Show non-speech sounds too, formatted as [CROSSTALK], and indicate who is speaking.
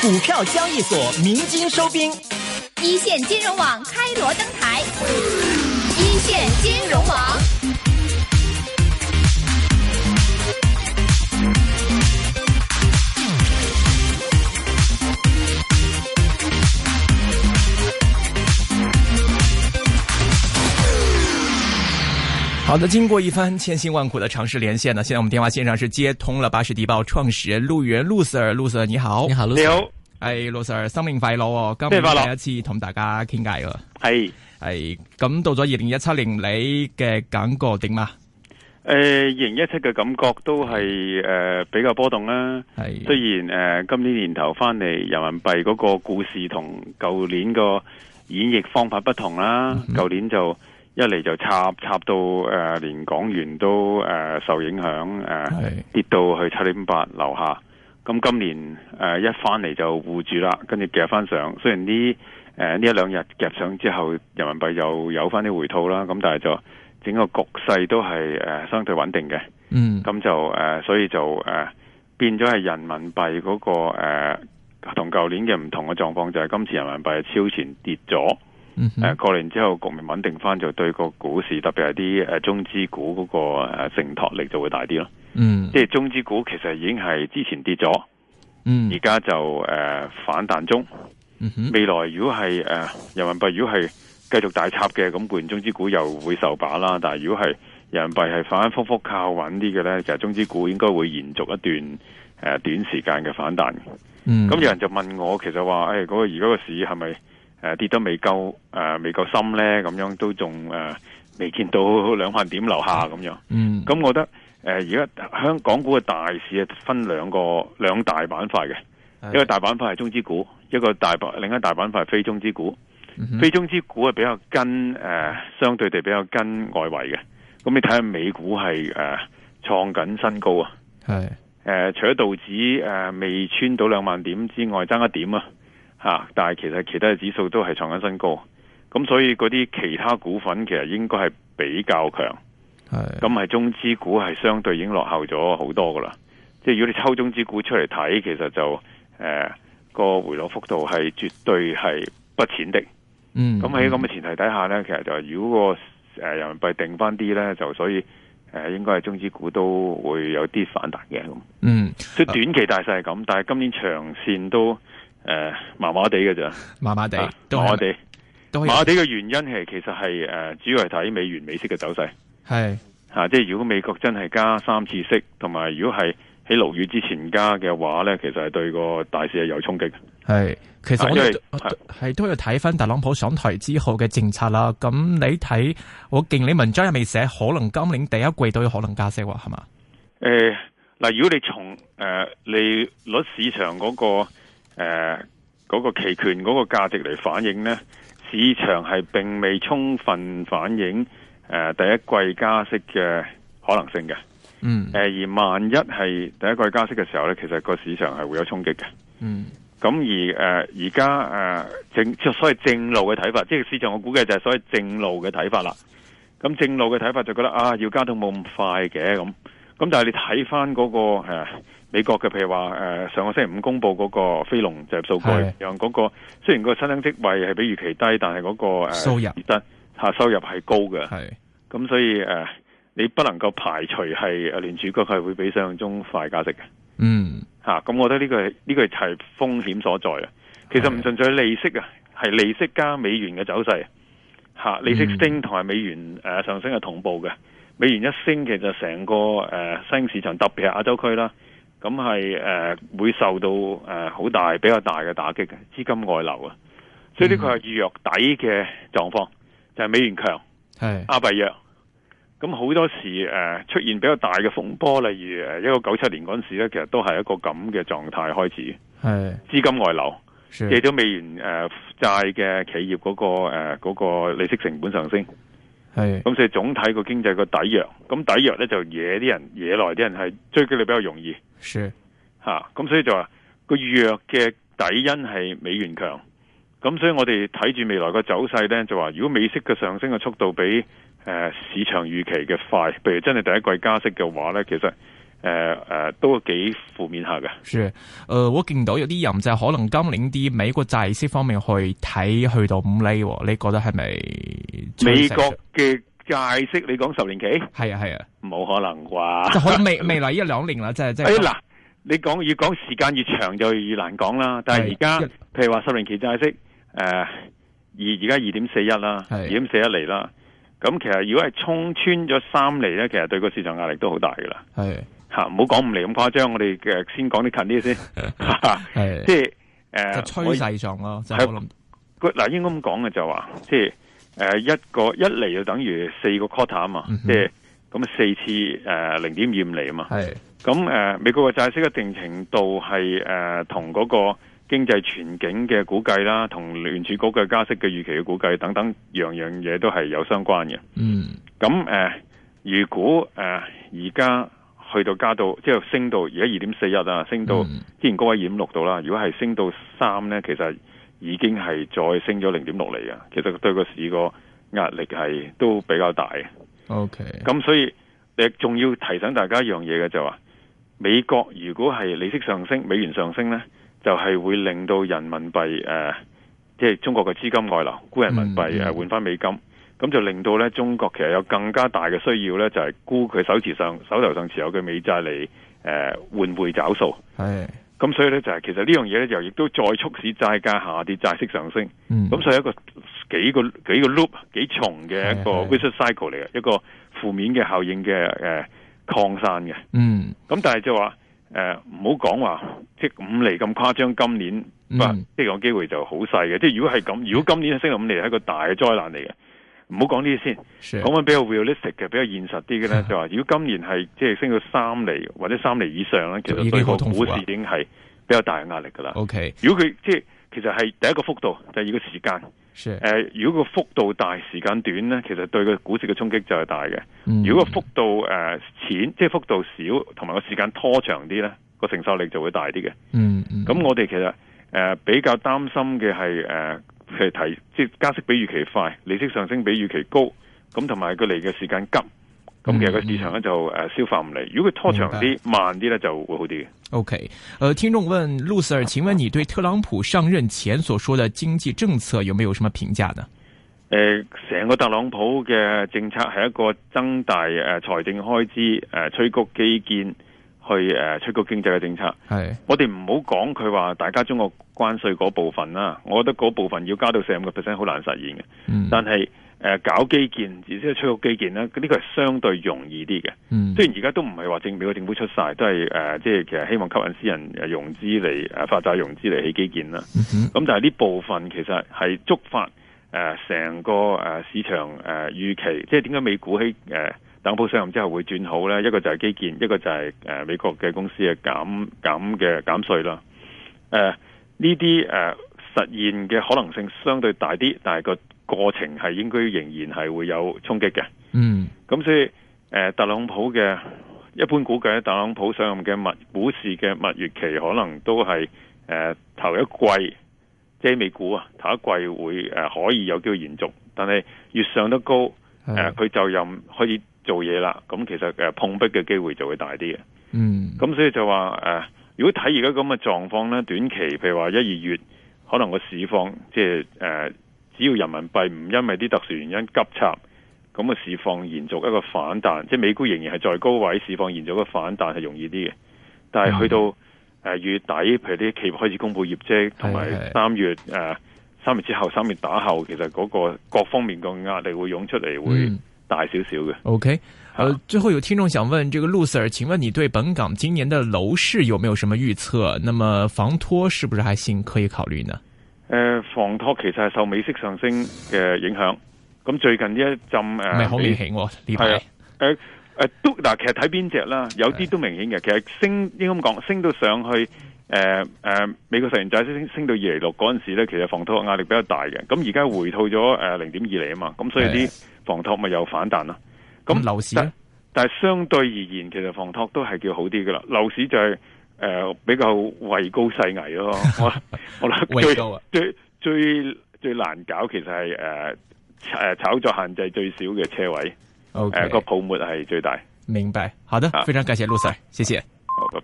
Speaker 1: 股票交易所鸣金收兵，
Speaker 2: 一线金融网开锣登台，一线金融网。
Speaker 1: 好的，经过一番千辛万苦的尝试连线呢，现在我们电话线上是接通了巴士的报创始人陆源陆 Sir，陆 Sir 你好，哎
Speaker 3: 你好，
Speaker 4: 你好，
Speaker 1: 係陸 Sir 新年快樂哦！今
Speaker 4: 新年快
Speaker 1: 日
Speaker 4: 樂
Speaker 1: 第一次同大家傾偈啊，
Speaker 4: 係
Speaker 1: 係咁到咗二零一七年，你嘅感覺點啊？
Speaker 4: 誒呃二零一七嘅感覺都係誒、呃比較波動啦。
Speaker 1: 係
Speaker 4: 雖然誒、呃今年年頭翻嚟人民幣嗰個故事同舊年個演繹方法不同啦。舊、年就一嚟就插插到誒、呃、連港元都誒、呃受影響誒、呃
Speaker 1: 係
Speaker 4: 跌到去七點八樓下。咁今年誒、呃一翻嚟就護住啦，跟住夾翻上。雖然呢誒呢一兩日夾上之後，人民幣又有翻啲回吐啦，咁但係就整個局勢都係誒、呃相對穩定嘅。
Speaker 1: 嗯
Speaker 4: 咁就誒、呃所以就誒、呃、變咗係人民幣嗰、個誒同舊年嘅唔同嘅狀況，就係今次人民幣係超前跌咗。
Speaker 1: 嗯
Speaker 4: 誒
Speaker 1: 哼
Speaker 4: 過年之後局面穩定翻，就對個股市特別係啲誒中資股嗰個誒承托力就會大啲咯。
Speaker 1: 嗯
Speaker 4: 即係中資股其實已經係之前跌咗，
Speaker 1: 嗯
Speaker 4: 而家就誒、呃反彈中。
Speaker 1: 嗯哼
Speaker 4: 未來如果係誒、呃人民幣如果係繼續大插嘅，咁固然中資股又會受把啦。但係如果係人民幣係反反覆覆靠穩啲嘅呢，其實中資股應該會延續一段誒、呃短時間嘅反彈。
Speaker 1: 嗯
Speaker 4: 咁有人就問我，其實話哎誒嗰個而家個市係咪誒跌得未夠誒、呃未夠深呢？咁樣都仲誒未見到兩萬點樓下咁樣。
Speaker 1: 嗯
Speaker 4: 咁我覺得誒而家香港股嘅大市係分兩個兩大板塊嘅。
Speaker 1: 哎
Speaker 4: 一個大板塊係中資股，一個大板另一大板塊係非中資股。
Speaker 1: 嗯哼
Speaker 4: 非中資股係比較跟誒、呃相對地比較跟外圍嘅。咁你睇下美股係誒、呃、創緊新高啊！
Speaker 1: 係
Speaker 4: 誒、除咗道指誒、呃未穿到兩萬點之外，爭一點啊嚇、但係其實其他嘅指數都係創緊新高。咁所以嗰啲其他股份其實應該係比較強。
Speaker 1: 係
Speaker 4: 咁係中資股係相對已經落後咗好多噶啦。即係如果你抽中資股出嚟睇，其實就誒、呃、個回落幅度係絕對係不淺的。
Speaker 1: 嗯
Speaker 4: 咁喺咁嘅前提底下呢，其實就如果個呃誒人民幣定翻啲呢，就所以誒、呃、應該係中資股都會有啲反彈嘅咁。
Speaker 1: 嗯
Speaker 4: 所以短期大勢係咁，但係今年長線都誒麻麻地嘅咋，
Speaker 1: 麻麻地
Speaker 4: 啊
Speaker 1: 都
Speaker 4: 麻麻
Speaker 1: 係
Speaker 4: 地。
Speaker 1: 都
Speaker 4: 麻麻
Speaker 1: 係
Speaker 4: 地嘅原因係其實係誒、呃主要係睇美元美息嘅走勢。
Speaker 1: 係
Speaker 4: 啊，即係如果美國真係加三次息，同埋如果係喺六月之前加嘅話呢，其實係對個大市係有衝擊。
Speaker 1: 係，其實我
Speaker 4: 啊因
Speaker 1: 哋
Speaker 4: 為
Speaker 1: 都
Speaker 4: 係
Speaker 1: 係都要睇翻特朗普上台之後嘅政策啦。咁你睇，我見你文章入面寫，可能今年第一季都有可能加息喎，係嘛？
Speaker 4: 誒，嗱，如果你從誒、呃利率市場嗰、個誒嗰、個期權嗰個價值嚟反映呢，市場係並未充分反映誒、呃第一季加息嘅可能性嘅。
Speaker 1: 嗯
Speaker 4: 誒、而萬一係第一季加息嘅時候呢，其實個市場係會有衝擊嘅。
Speaker 1: 嗯
Speaker 4: 咁而誒而家誒正即係所謂正路嘅睇法，即係市場我估計就係所謂正路嘅睇法啦。咁正路嘅睇法就覺得啊，要加到冇咁快嘅咁。咁但係你睇翻嗰個、誒美國嘅，譬如話誒、呃上個星期五公布嗰個非農就業數
Speaker 1: 係
Speaker 4: 據，讓嗰、個雖然個新增職位係比預期低，但係嗰、個誒
Speaker 1: 收入
Speaker 4: 得嚇收入係高嘅。
Speaker 1: 係
Speaker 4: 咁所以誒、呃你不能夠排除係呃聯儲局係會比想象中快加息嘅。
Speaker 1: 嗯
Speaker 4: 吓，啊咁、我覺得呢個係呢個係風險所在啊。其實唔純粹係利息啊，係利息加美元嘅走勢吓、利息升同埋美元誒、呃上升係同步嘅。美元一升，其實成個誒、呃新興市場，特別係亞洲區啦，咁係誒會受到誒好、大比較大嘅打擊嘅資金外流啊。所以呢個係預弱底嘅狀況，就係、美元強。
Speaker 1: 係
Speaker 4: 阿幣藥。咁好多時誒、呃出現比較大嘅風波，例如誒一九九七年嗰陣時咧，其實都係一個咁嘅狀態開始，
Speaker 1: 係
Speaker 4: 資金外流，
Speaker 1: 是
Speaker 4: 借咗美元誒、呃、債嘅企業嗰、個誒、呃嗰個利息成本上升，
Speaker 1: 係
Speaker 4: 咁所以總體個經濟個底弱，咁底弱咧就惹啲人惹來啲人係追擊你比較容易
Speaker 1: 是
Speaker 4: 嚇，啊咁、所以就話個弱嘅底因係美元強，咁所以我哋睇住未來個走勢咧，就話如果美息嘅上升嘅速度比誒、呃市場預期嘅快，譬如真係第一季加息嘅話咧，其實誒、誒誒都幾負面下嘅。
Speaker 1: 是，呃，我見到有啲人就可能今年啲美國債息方面去睇去到五厘喎，你覺得係咪趨
Speaker 4: 美
Speaker 1: 勢？
Speaker 4: 國嘅債息，你講十年期
Speaker 1: 係啊係啊，
Speaker 4: 冇可能啩？
Speaker 1: 就可能
Speaker 4: [LAUGHS]
Speaker 1: 未未來一兩年啦，即係即
Speaker 4: 哎
Speaker 1: 係
Speaker 4: 嗱，你講越講時間越長就越難講啦。但係而家
Speaker 1: 係
Speaker 4: 譬如話十年期債息，誒而而家二點四一啦，
Speaker 1: 係
Speaker 4: 二點四一厘啦。咁其實如果係衝穿咗三厘咧，其實對個市場壓力都好大噶啦。
Speaker 1: 係
Speaker 4: 吓，唔好講五厘咁誇張，我哋嘅先講啲
Speaker 1: [LAUGHS]
Speaker 4: 近啲先。 [LAUGHS]
Speaker 1: 係
Speaker 4: 即係
Speaker 1: 就
Speaker 4: 誒，
Speaker 1: 趨
Speaker 4: 我
Speaker 1: 勢上咯，就
Speaker 4: 係
Speaker 1: 可能
Speaker 4: 個嗱應該咁講嘅就話，即係誒一個一厘就等於四個 quarter 啊嘛
Speaker 1: 嗯，哼
Speaker 4: 即係咁啊四次誒零點二五厘啊嘛。
Speaker 1: 係
Speaker 4: 咁誒、呃美國嘅債息一定程度係誒同嗰個經濟前景嘅估計啦，同聯儲局嘅加息嘅預期嘅估計等等，樣樣嘢都係有相關嘅。
Speaker 1: 嗯
Speaker 4: 咁誒、呃如果誒而家去到加到即係升到而家二點四一啊，升到
Speaker 1: 嗯
Speaker 4: 之前高位二點六度啦，如果係升到三呢，其實已經係再升咗零點六嚟嘅，其實對個市個壓力係都比較大嘅。
Speaker 1: OK
Speaker 4: 咁所以你仲要提醒大家一樣嘢嘅就話，美國如果係利息上升、美元上升呢，就係、會令到人民幣誒、呃即係中國嘅資金外流，沽人民幣
Speaker 1: 嗯嗯
Speaker 4: 呃誒換翻美金，咁就令到呢中國其實有更加大嘅需要呢，就係、沽佢手持上手頭上持有嘅美債嚟誒、呃、換匯找數。
Speaker 1: 係
Speaker 4: 咁所以呢，就係、其實呢樣嘢呢，就亦都再促使債價下跌、債息上升。
Speaker 1: 嗯
Speaker 4: 咁所以一個幾個幾個 loop 幾重嘅一個
Speaker 1: 係係
Speaker 4: vicious cycle 嚟嘅，一個負面嘅效應嘅誒、呃擴散嘅。
Speaker 1: 嗯
Speaker 4: 咁但係就話誒呃唔好講話即係五厘咁誇張，今年
Speaker 1: 嗯
Speaker 4: 不即係個機會就好細嘅。即係如果係咁，如果今年升到五厘係一個大嘅災難嚟嘅。唔好講呢啲先，
Speaker 1: 是
Speaker 4: 講緊比較 realistic 嘅、比較現實啲嘅咧，
Speaker 1: 係
Speaker 4: 就話如果今年係即係升到三厘或者三厘以上咧，其
Speaker 1: 就已經
Speaker 4: 實對
Speaker 1: 好
Speaker 4: 個
Speaker 1: 痛苦
Speaker 4: 股
Speaker 1: 啊
Speaker 4: 市已經係比較大嘅壓力㗎啦。
Speaker 1: OK
Speaker 4: 如果佢即係其實係第一個幅度，第二個時間。
Speaker 1: 是
Speaker 4: 誒、呃如果個幅度大、時間短呢，其實對個股市嘅衝擊就係大嘅。
Speaker 1: 嗯
Speaker 4: 如果個幅度誒、呃、淺，即係幅度少，同埋個時間拖長啲呢，個承受力就會大啲嘅。
Speaker 1: 嗯嗯
Speaker 4: 咁我哋其實誒、呃比較擔心嘅係誒，譬如提即係加息比預期快，利息上升比預期高，咁同埋佢嚟嘅時間急，咁其實個市場咧就誒、呃消化唔嚟。如果佢拖長啲、慢啲呢，就會好啲嘅。
Speaker 1: OK，呃，听众问陆
Speaker 4: 啊
Speaker 1: Sir，请问你对特朗普上任前所说的经济政策有没有什么评价呢？
Speaker 4: 誒呃成個特朗普嘅政策係一個增大誒財政開支、誒催谷基建、去誒催谷經濟嘅政策。
Speaker 1: 係
Speaker 4: 我哋唔好講佢話大家中國關稅嗰部分啦，我覺得嗰部分要加到四十五個 percent 好難實現嘅。
Speaker 1: 嗯
Speaker 4: 但係誒、呃搞基建，而且催谷基建咧，呢、個係相對容易啲嘅。
Speaker 1: 嗯
Speaker 4: 雖然而家都唔係話政美國政府出晒，都係誒、呃即係其實希望吸引私人呃融資嚟誒發債融資嚟起基建啦。
Speaker 1: 嗯哼
Speaker 4: 咁但係呢部分其實係觸發誒成、個誒、呃市場誒、呃、預期，即係點解美股呃喺誒特朗普上任之後會轉好呢？一個就係基建，一個就係、呃美國嘅公司嘅減減嘅減稅啦。誒呢啲誒實現嘅可能性相對大啲，但係個過程係應該仍然係會有衝擊嘅。
Speaker 1: 嗯
Speaker 4: 咁所以誒、呃特朗普嘅一般估計咧，特朗普上任嘅蜜股市嘅蜜月期可能都係誒、呃、頭一季，即係美股啊，頭一季會誒、呃可以有機會延續，但係越上得高，誒、
Speaker 1: 係
Speaker 4: 佢就任開始做嘢啦，咁其實誒、呃碰壁嘅機會就會大啲嘅。
Speaker 1: 嗯
Speaker 4: 咁所以就話誒、呃如果睇而家咁嘅狀況咧，短期譬如話一二月，可能個市況即係誒、呃只要人民幣唔因為啲特殊原因急插，咁個市況延續一個反彈，即係美股仍然係在高位，市況延續一個反彈係容易啲嘅。
Speaker 1: 嗯
Speaker 4: 但係去到誒、呃月底，譬如啲企業開始公布業績，同埋
Speaker 1: 係係
Speaker 4: 三月誒三、月之後、三月打後，其實嗰個各方面個壓力會湧出嚟，會
Speaker 1: 嗯
Speaker 4: 大少少嘅。
Speaker 1: ，OK，呃，最后有听众想问，这个陆 Sir，请问你对本港今年的楼市有没有什么预测？那么房托是不是还行，可以考虑呢？
Speaker 4: 誒、房託其實係受美息上升嘅影響，咁最近呢一陣誒，
Speaker 1: 唔係好明
Speaker 4: 美
Speaker 1: 顯喎，呢
Speaker 4: 啊係
Speaker 1: 排
Speaker 4: 啊誒誒都嗱，其實睇邊只啦，有啲都明顯嘅。其實升應該咁講，升到上去誒誒、呃美國十年債息升升到二厘六嗰陣時咧，其實房託嘅壓力比較大嘅。咁而家回吐咗誒零點二厘啊嘛，咁所以啲房託咪有反彈啦。
Speaker 1: 咁樓市呢？
Speaker 4: 但係相對而言，其實房託都係叫好啲噶啦。樓市就係、誒、比較畏高勢
Speaker 1: [LAUGHS]
Speaker 4: 危咯。我我諗
Speaker 1: 畏
Speaker 4: 最
Speaker 1: 高啊
Speaker 4: 最最最難搞其實係呃誒誒炒作限制最少嘅車位，誒、呃
Speaker 1: ，OK，
Speaker 4: 個泡沫係最大。
Speaker 1: 明白，好的
Speaker 4: 啊，
Speaker 1: 非常感谢陆 Sir，谢谢。
Speaker 4: 好，拜拜。